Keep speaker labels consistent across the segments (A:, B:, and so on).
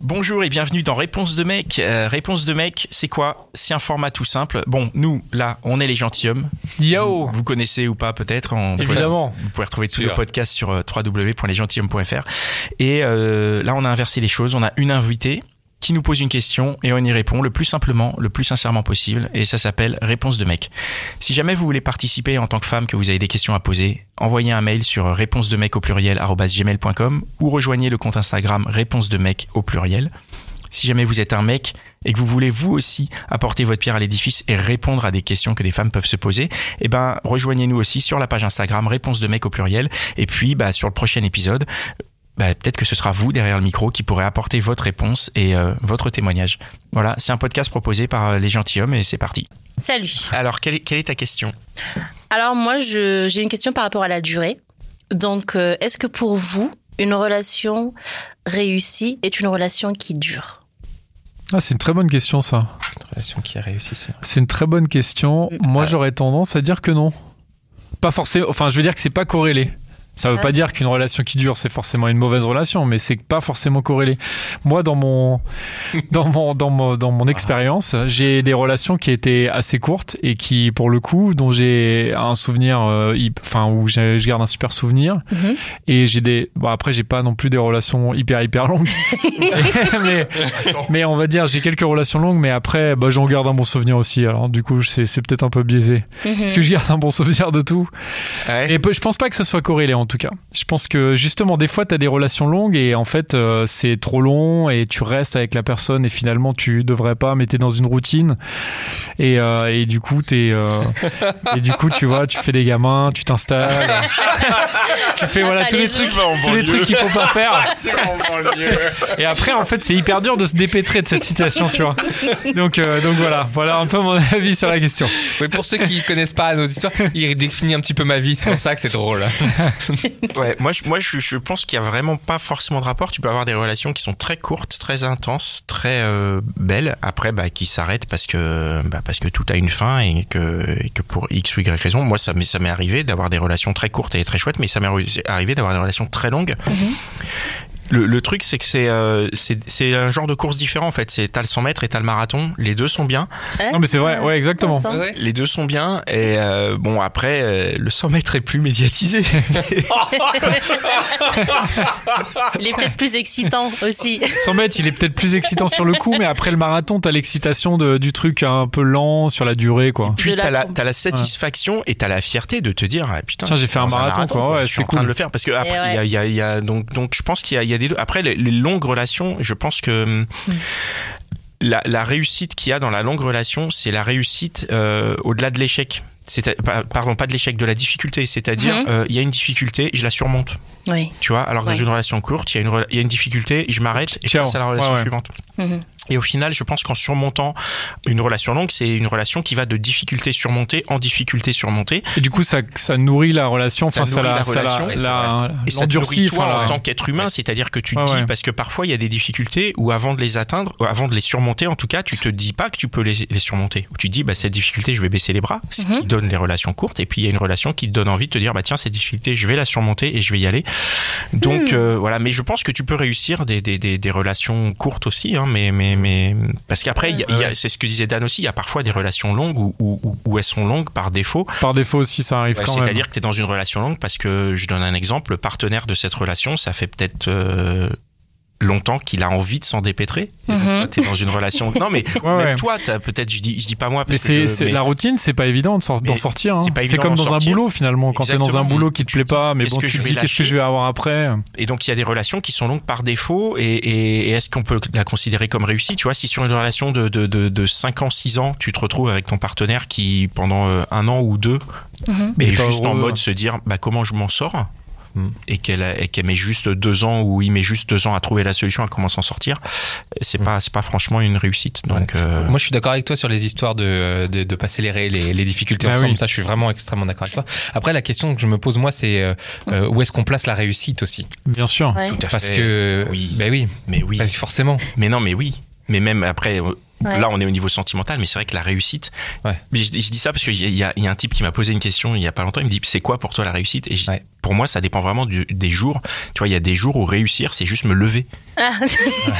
A: Bonjour et bienvenue dans Réponse de mec. Euh, Réponse de mec, c'est quoi C'est un format tout simple. Bon, nous, là, on est les gentilshommes.
B: Yo
A: Vous connaissez ou pas peut-être. on peut-
B: Évidemment.
A: Vous pouvez retrouver tous
B: Sûr.
A: les podcasts sur euh, www.lesgentilhommes.fr. Et euh, là, on a inversé les choses. On a une invitée qui nous pose une question et on y répond le plus simplement, le plus sincèrement possible. Et ça s'appelle Réponse de mec. Si jamais vous voulez participer en tant que femme, que vous avez des questions à poser, envoyez un mail sur réponse de mec au pluriel arobase gmail.com ou rejoignez le compte Instagram réponse de mec au pluriel. Si jamais vous êtes un mec et que vous voulez vous aussi apporter votre pierre à l'édifice et répondre à des questions que les femmes peuvent se poser, eh ben rejoignez-nous aussi sur la page Instagram Réponse de mec au pluriel et puis bah, sur le prochain épisode, bah, peut-être que ce sera vous derrière le micro qui pourrez apporter votre réponse et euh, votre témoignage. Voilà, c'est un podcast proposé par euh, les gentilshommes et c'est parti.
C: Salut.
A: Alors quelle est, quelle est ta question
C: Alors moi, je- j'ai une question par rapport à la durée. Donc, euh, est-ce que pour vous, une relation réussie est une relation qui dure
B: Ah, c'est une très bonne question, ça.
D: relation qui a réussi, c'est
B: C'est une très bonne question. Moi, j'aurais tendance à dire que non. Pas forcément. Enfin, je veux dire que c'est pas corrélé. Ça veut
C: Ah.
B: pas dire qu'une relation qui dure, c'est forcément une mauvaise relation, mais c'est pas forcément corrélé. Moi, dans mon, dans mon, dans mon, dans mon expérience, j'ai des relations qui étaient assez courtes et qui, pour le coup, dont j'ai un souvenir, euh, hyp- enfin, où j'ai- je garde un super souvenir. Et j'ai des. Bon, après, j'ai pas non plus des relations hyper, hyper longues. mais, mais on va dire, j'ai quelques relations longues, mais après, bah, j'en garde un bon souvenir aussi. Alors, du coup, c'est c'est peut-être un peu biaisé.
C: Mhm.
B: Parce que je garde un bon souvenir de tout. Et peu- je pense pas que ça soit corrélé, en tout cas. Je pense que, justement, des fois, t'as des relations longues et en fait, euh, c'est trop long et tu restes avec la personne et finalement, tu devrais pas, mais t'es dans une routine. Et, euh, et du coup, t'es. euh, et du coup, tu vois, tu fais des gamins, tu t'installes. tu fais, voilà,
C: Ah,
B: tous
C: les
B: les
C: autres.
B: trucs tous les trucs qu'il faut pas faire. Et après, en fait, c'est hyper dur de se dépêtrer de cette citation, tu vois. Donc, euh, donc voilà, voilà un peu mon avis sur la question.
D: Oui, pour ceux qui connaissent pas nos histoires, il définit un petit peu ma vie, c'est pour ça que c'est drôle.
A: Ouais, moi je, moi, je, je pense qu'il y a vraiment pas forcément de rapport. Tu peux avoir des relations qui sont très courtes, très intenses, très euh, belles, après bah, qui s'arrêtent parce que bah, parce que tout a une fin et que, et que pour x ou y raison, moi ça m'est ça m'est arrivé d'avoir des relations très courtes et très chouettes, mais ça m'est arri- arrivé d'avoir des relations très longues. Le, le truc, c'est que c'est euh, c'est c'est un genre de course différent en fait. C'est t'as le 100 mètres et t'as le marathon. Les deux sont bien.
B: Non, mais c'est vrai,
C: Ah,
B: ouais, exactement.
A: Les deux sont bien. Et euh, bon, après, euh, le 100 mètres est plus médiatisé.
C: Il est peut-être plus excitant aussi.
B: 100 mètres, il est peut-être plus excitant sur le coup, mais après le marathon, t'as l'excitation de- du truc un peu lent sur la durée, quoi.
A: Puis
C: De la
A: t'as la,
C: com-
A: t'as la satisfaction et t'as la fierté de te dire ah, putain
B: Tiens, j'ai fait un
A: c'est
B: marathon, quoi. Ouais,
A: je
B: c'est
A: suis en train
B: cool.
A: de le faire parce que après, il
C: Et ouais.
A: y a, il y a- il y a- donc donc je pense qu'il y a, il y a des deux. après les, les longues relations je pense que hum,
C: Mm.
A: la, la réussite qu'il y a dans la longue relation c'est la réussite euh, au-delà de l'échec c'est pa- pardon pas de l'échec de la difficulté c'est-à-dire
C: Mhm.
A: euh, il y a une difficulté je la surmonte
C: Oui.
A: tu vois alors que
C: Ouais.
A: dans une relation courte il y a une rela- il y a une difficulté je m'arrête et je
B: Ciao.
A: passe à la relation
B: Ouais, ouais.
A: suivante
C: Mhm.
A: et au final, je pense qu'en surmontant une relation longue, c'est une relation qui va de difficulté surmontée en difficulté surmontée.
B: Et du coup, ça, ça nourrit la relation,
A: Ça
B: enfin, ça,
A: nourrit
B: la,
A: la
B: ça la-
A: relation, ouais, c'est
B: la-
A: Et ça te nourrit
B: l'endurcit,
A: toi
B: enfin,
A: en
B: la-
A: tant qu'être humain, c'est-à-dire que tu te
B: Ouais,
A: dis,
B: ouais.
A: parce que parfois il y a des difficultés où avant de les atteindre, ou avant de les surmonter en tout cas, tu te dis pas que tu peux les, les surmonter. Ou tu te dis, bah, cette difficulté, je vais baisser les bras, ce qui donne les relations courtes. Et puis il y a une relation qui te donne envie de te dire, bah, tiens, cette difficulté, je vais la surmonter et je vais y aller. Donc euh, voilà, mais je pense que tu peux réussir des, des, des, des relations courtes aussi, hein, mais, mais, mais parce qu'après, il y a- il y a- c'est ce que disait Dan aussi, il y a parfois des relations longues où, où, où- où elles sont longues par défaut.
B: par défaut aussi, ça arrive
A: Ouais,
B: quand même.
A: C'est-à-dire que tu es dans une relation longue parce que, je donne un exemple, le partenaire de cette relation, ça fait peut-être euh, longtemps qu'il a envie de s'en dépêtrer.
C: Mhm.
A: Tu es dans une relation. Non, mais
B: Ouais,
A: même
B: ouais.
A: toi, t'as peut-être, je dis, je dis pas moi,
B: Mais
A: parce que
B: c'est
A: je-
B: c'est-
A: mais
B: la routine, c'est pas évident de sor-
A: Mais
B: d'en sortir. hein.
A: c'est pas
B: C'est
A: évident
B: comme
A: d'en
B: dans un
A: sortir.
B: boulot finalement. Quand t'es dans un
A: Exactement.
B: boulot qui te
A: Tu
B: plaît
A: te dis,
B: pas, mais
A: qu'est-ce
B: bon,
A: que
B: tu
A: je
B: te
A: vais
B: dis qu'est-ce que
A: lâcher
B: je vais avoir après.
A: Et donc, il y a des relations qui sont longues par défaut. Et, et- et est-ce qu'on peut la considérer comme réussie Tu vois, si sur une relation de, de, de, 5 ans, 6 ans, tu te retrouves avec ton partenaire qui, pendant euh, un an ou deux,
C: Mhm.
B: Mais
A: est
B: pas
A: juste en
B: heureux.
A: mode se dire bah, comment je m'en sors
D: Mm.
A: et qu'elle a- et qu'elle met juste deux ans ou il met juste deux ans à trouver la solution à comment s'en sortir, c'est
D: Hmm.
A: pas c'est pas franchement une réussite. Donc euh,
D: Moi, je suis d'accord avec toi sur les histoires de, de, de pas scélérer les, les difficultés
B: Bah
D: ensemble.
B: oui.
D: Ça, je suis vraiment extrêmement d'accord avec toi. Après, la question que je me pose, moi, c'est euh, euh, où est-ce qu'on place la réussite aussi
B: Bien sûr.
C: Ouais.
A: tout à
D: Parce
A: fait.
D: que.
A: oui.
D: Ben oui,
A: mais oui,
D: ben forcément.
A: mais non, mais oui, mais même après. euh,
C: Ouais.
A: Là, on est au niveau sentimental, mais c'est vrai que la réussite.
D: Ouais.
A: Mais Je, je dis ça parce qu'il y, a- il y a il y a un type qui m'a posé une question il y a pas longtemps. Il me dit c'est quoi pour toi la réussite Et je dis,
D: Ouais.
A: pour moi, ça dépend vraiment du- des jours. Tu vois, il y a des jours où réussir, c'est juste me lever.
C: Ah,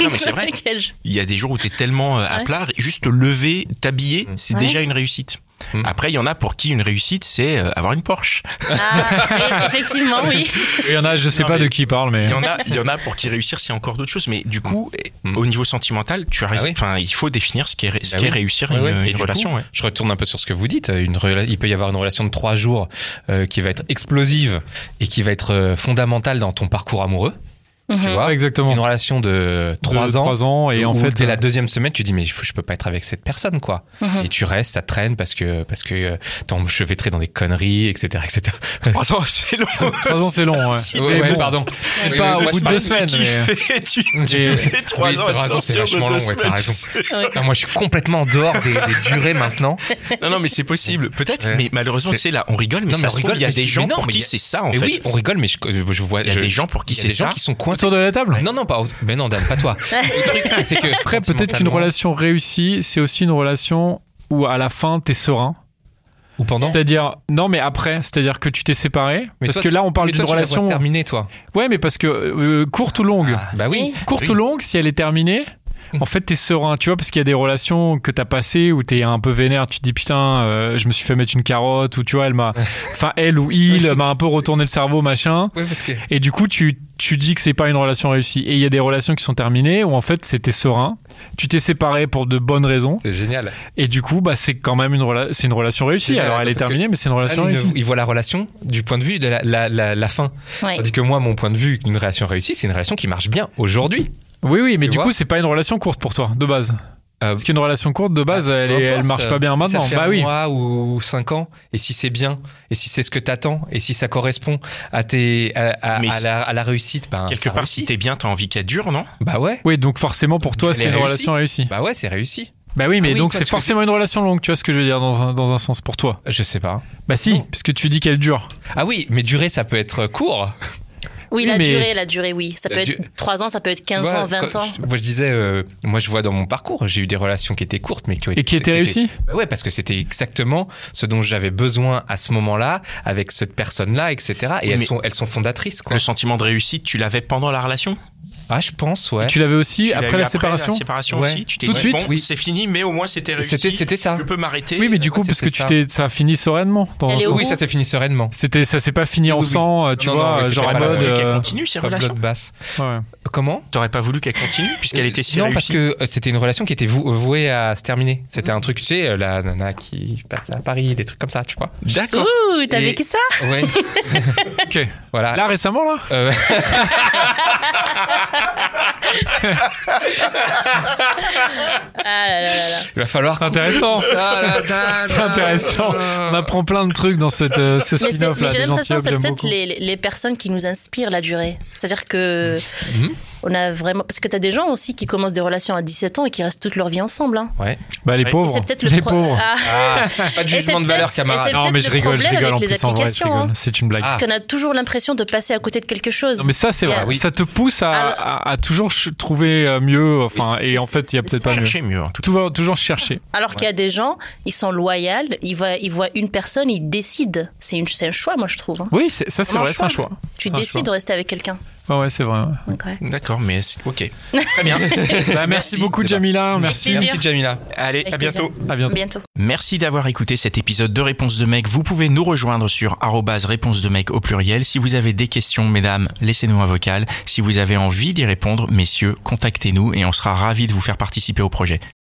A: Non, mais c'est vrai.
C: Quel jeu.
A: Il y a des jours où tu es tellement euh, à
C: Ouais.
A: plat, juste te lever, t'habiller, c'est
C: Ouais.
A: déjà une réussite.
D: Mm.
A: Après, il y en a pour qui une réussite, c'est euh, avoir une Porsche.
C: Ah, oui, effectivement, oui.
B: Il y en a, je sais
A: Non,
B: pas
A: mais-
B: de qui il parle, mais.
A: Il y en a, il y en a pour qui réussir, c'est encore d'autres choses. Mais du coup, eh,
D: Mm.
A: au niveau sentimental, tu as raison.
D: Ah oui.
A: Enfin, il faut définir ce qu'est ce
D: Bah
A: qu'est
D: oui.
A: réussir
D: Ouais,
A: une,
D: ouais.
A: une
D: Et du coup,
A: relation. ouais.
D: Je retourne un peu sur ce que vous dites. Une rela- il peut y avoir une relation de trois jours euh, qui va être explosive et qui va être euh, fondamentale dans ton parcours amoureux. Tu
C: Mhm.
D: vois
B: Exactement.
D: Une relation de trois
B: Deux,
D: ans.
B: Trois ans, et en
D: où
B: fait.
D: dès la deuxième semaine, tu dis mais je, je peux pas être avec cette personne quoi.
C: Mhm.
D: Et tu restes, ça traîne parce que parce que euh, t'es enchevêtré dans des conneries, etc., etc.
A: Trois ans, c'est long.
B: Trois ans, c'est long, ouais.
A: Si,
D: Ouais,
A: mais
D: ouais,
A: bon,
D: pardon.
B: C'est
D: Oui,
B: pas
D: oui,
B: au
D: oui.
B: bout de
A: Ah, Pas
B: deux
A: mal
B: semaines, mais.
A: kiffé, tu-
B: Et-
A: Et trois
D: Oui,
A: ans,
D: euh. c'est
A: elle
D: raison,
A: sort
D: c'est
A: sur
D: vachement
A: deux
D: long, ouais, t'as
A: semaines.
D: raison. Ah, moi, je suis complètement en dehors des, des durées maintenant.
A: Non, non, mais c'est possible. Peut-être,
D: Ouais.
A: mais malheureusement,
D: C'est-
A: tu sais, là, on rigole, mais
D: Non, mais
A: ça
D: on
A: se trouve,
D: rigole,
A: il y a
D: mais
A: des
D: si-
A: gens
D: mais non,
A: pour
D: mais il
A: qui
D: y a-
A: c'est ça, en
D: Mais
A: fait.
D: oui, on rigole, mais je, je vois.
A: Il y a
D: je-
A: des gens pour qui
D: il y a
A: c'est
D: des gens
A: ça.
D: qui sont coincés.
B: Autour de la table
D: Non, non, pas. Mais non, Dan, pas toi. Le truc, c'est que
B: Après, peut-être qu'une
D: sentimentalement,
B: relation réussie, c'est aussi une relation où à la fin, t'es serein.
D: ou pendant.
B: C'est-à-dire, non, mais après, c'est-à-dire que tu t'es séparé.
D: Mais
B: parce
D: toi-
B: que là, on parle
D: Mais toi,
B: d'une
D: tu la vois
B: relation.
D: terminée, toi.
B: Ouais, mais parce que euh, courte ou longue.
D: Bah oui.
B: courte
A: oui.
B: ou longue, si elle est terminée, en fait, t'es serein, tu vois, parce qu'il y a des relations que t'as passées où t'es un peu vénère, tu te dis putain, euh, je me suis fait mettre une carotte, ou tu vois, elle m'a. Enfin, elle ou il m'a un peu retourné le cerveau, machin.
D: Oui, parce que.
B: Et du coup, tu, tu dis que c'est pas une relation réussie. Et il y a des relations qui sont terminées où en fait, c'était serein, tu t'es séparé pour de bonnes raisons,
D: C'est génial.
B: et du coup, bah, c'est quand même une, rela- c'est une relation réussie.
D: Génial,
B: Alors, elle est
D: parce que
B: terminée, mais c'est une relation
D: Dan, il,
B: réussie.
D: ne- Ah, il voit la relation du point de vue de la, la, la, la fin.
C: Ouais.
D: Tandis que moi, mon point de vue d'une relation réussie, c'est une relation qui marche bien aujourd'hui.
B: Oui, oui, mais
D: Tu
B: du
D: vois
B: coup, c'est pas une relation courte pour toi, de base.
D: Euh, bah,
B: Parce qu'une relation courte, de base, elle,
D: Peu
B: est- elle
D: importe,
B: marche
D: euh,
B: pas bien
D: si
B: maintenant.
D: Ça fait
B: Bah
D: un
B: oui.
D: mois ou 5 ans, et si c'est bien, et si c'est ce que t'attends, et si ça correspond à, tes, à, à-
A: Mais
D: à
A: si-
D: la, à la réussite, ben,
A: Quelque
D: ça
A: part,
D: réussit.
A: si t'es bien, t'as envie qu'elle dure, non
D: Bah ouais,
B: Oui, donc forcément, pour toi,
D: Elle
B: c'est
D: est
B: une
D: réussie.
B: relation réussie.
D: bah ouais, c'est réussi.
B: Bah oui, mais
D: Ah oui,
B: donc
D: toi,
B: c'est
D: tu
B: forcément une relation longue, tu vois ce que je veux dire, dans un, dans un sens, pour toi.
D: Je sais pas.
B: Bah si,
D: Non.
B: parce que tu dis qu'elle dure.
D: Ah oui, mais durée, ça peut être court.
C: Oui, la
B: mais-
C: durée, la durée, oui. Ça
D: La
C: peut être
D: du-
C: 3 ans, ça peut être 15
D: Ouais,
C: ans, 20
D: quand-
C: ans.
D: je- Moi, je disais, euh, moi, je vois dans mon parcours, j'ai eu des relations qui étaient courtes, mais qui ont
B: Et qui était
D: étaient-
B: réussie
D: Bah ouais, parce que c'était exactement ce dont j'avais besoin à ce moment-là, avec cette personne-là, etc. Et
A: Oui,
D: elles,
A: mais-
D: sont, elles sont fondatrices, quoi.
A: Le sentiment de réussite, tu l'avais pendant la relation
D: Ah, je pense, ouais.
B: Tu l'avais aussi
A: Tu l'as eu
B: après la séparation
A: La séparation
D: Ouais.
A: aussi, tu t'es
B: Tout de
A: dit,
B: suite,
A: bon,
D: oui.
A: c'est fini, mais au moins c'était réussi.
D: C'était c'était ça.
A: Je peux m'arrêter.
B: Oui, mais du coup,
D: Ouais,
B: parce que
D: c'était
B: tu
D: ça.
B: t'es, ça a fini sereinement. Dans
C: Elle
B: un
C: est au
B: sens.
D: Oui, ça s'est fini sereinement.
B: C'était, ça s'est pas fini
D: Oui,
B: en
D: oui.
B: sang, euh, tu
D: Non, non,
B: vois,
D: oui, c'était
B: genre
D: pas
B: en
D: la
B: mode.
D: folie
A: Qu'elle
B: euh,
A: continue ces
D: Pas de
A: relations.
D: basse.
B: ouais.
D: Euh, Comment
A: T'aurais pas voulu qu'elle continue puisqu'elle était si
D: non,
A: réussie.
D: parce que euh, c'était une relation qui était vou- vouée à se terminer.
C: Mm.
D: C'était un truc, tu sais, euh, la nana qui passe à Paris, des trucs comme ça, tu vois.
A: D'accord.
C: Ouh, t'as
D: Et-
C: vécu ça
D: Ouais.
B: Ok.
D: voilà.
B: Là récemment là
D: Euh,
C: Ah là là là là.
D: il va falloir.
B: C'est intéressant.
D: couper tout ça, là, là,
B: C'est
D: là,
B: intéressant.
D: là.
B: On apprend plein de trucs dans cette, euh, ce
C: Mais, c'est-
B: spin-off
C: mais
B: là.
C: j'ai
B: des
C: l'impression que
B: gentils
C: c'est
B: hommes, j'aime
C: peut-être
B: beaucoup.
C: les, les personnes qui nous inspirent la durée. C'est-à-dire que
D: Mhm.
C: on a vraiment parce que t'as des gens aussi qui commencent des relations à 17 ans et qui restent toute leur vie ensemble. hein.
D: Ouais.
B: Bah les
A: Ouais.
C: Et
B: pauvres.
C: c'est peut-être le
B: Les
C: pro-
B: pauvres.
C: Ah.
D: Ah, pas de
C: Et c'est
D: jugement de valeur,
C: peut-être- et
D: camarade.
C: c'est-
B: Non mais
C: peut-être
B: je
C: le
B: rigole, je
C: problème
B: rigole en
C: avec les
B: plus en vrai, je
C: applications,
B: rigole.
C: hein.
B: C'est une blague.
D: Ah.
C: Parce qu'on a toujours l'impression de passer à côté de quelque chose.
B: Non mais ça c'est vrai,
C: Yeah.
D: Oui.
B: ça te pousse à,
C: Alors-
B: à- à toujours ch- trouver euh, mieux, enfin
C: C'est-
B: et
C: c'est-
B: en fait il y a
C: c'est
B: peut-être pas
C: ça.
B: mieux.
A: Chercher mieux. en tout cas.
B: Toujours, toujours chercher.
C: Alors qu'il y a des gens, ils sont loyaux, ils voient, ils voient une personne, ils décident. C'est une- c'est un choix, moi je trouve. hein.
B: Oui, c'est- ça c'est
C: Vraiment
B: vrai,
C: un
B: c'est un
C: choix.
B: choix.
C: Tu
B: C'est un
C: décides
B: choix.
C: de rester avec quelqu'un.
B: Ouais, ouais, c'est vrai. ouais.
C: Donc, ouais.
A: D'accord, mais c'est- ok. Très bien.
B: Bah, merci, beaucoup
D: Débat.
B: Jamila, merci.
C: plaisir.
D: Merci, Jamila.
A: Allez,
C: Avec
A: à bientôt.
C: plaisir.
B: À bientôt.
C: À bientôt.
A: Merci d'avoir écouté cet épisode de Réponse de Mec. Vous pouvez nous rejoindre sur arrobase réponse de mec au pluriel. Si vous avez des questions, mesdames, laissez-nous un vocal. Si vous avez envie d'y répondre, messieurs, contactez-nous et on sera ravis de vous faire participer au projet.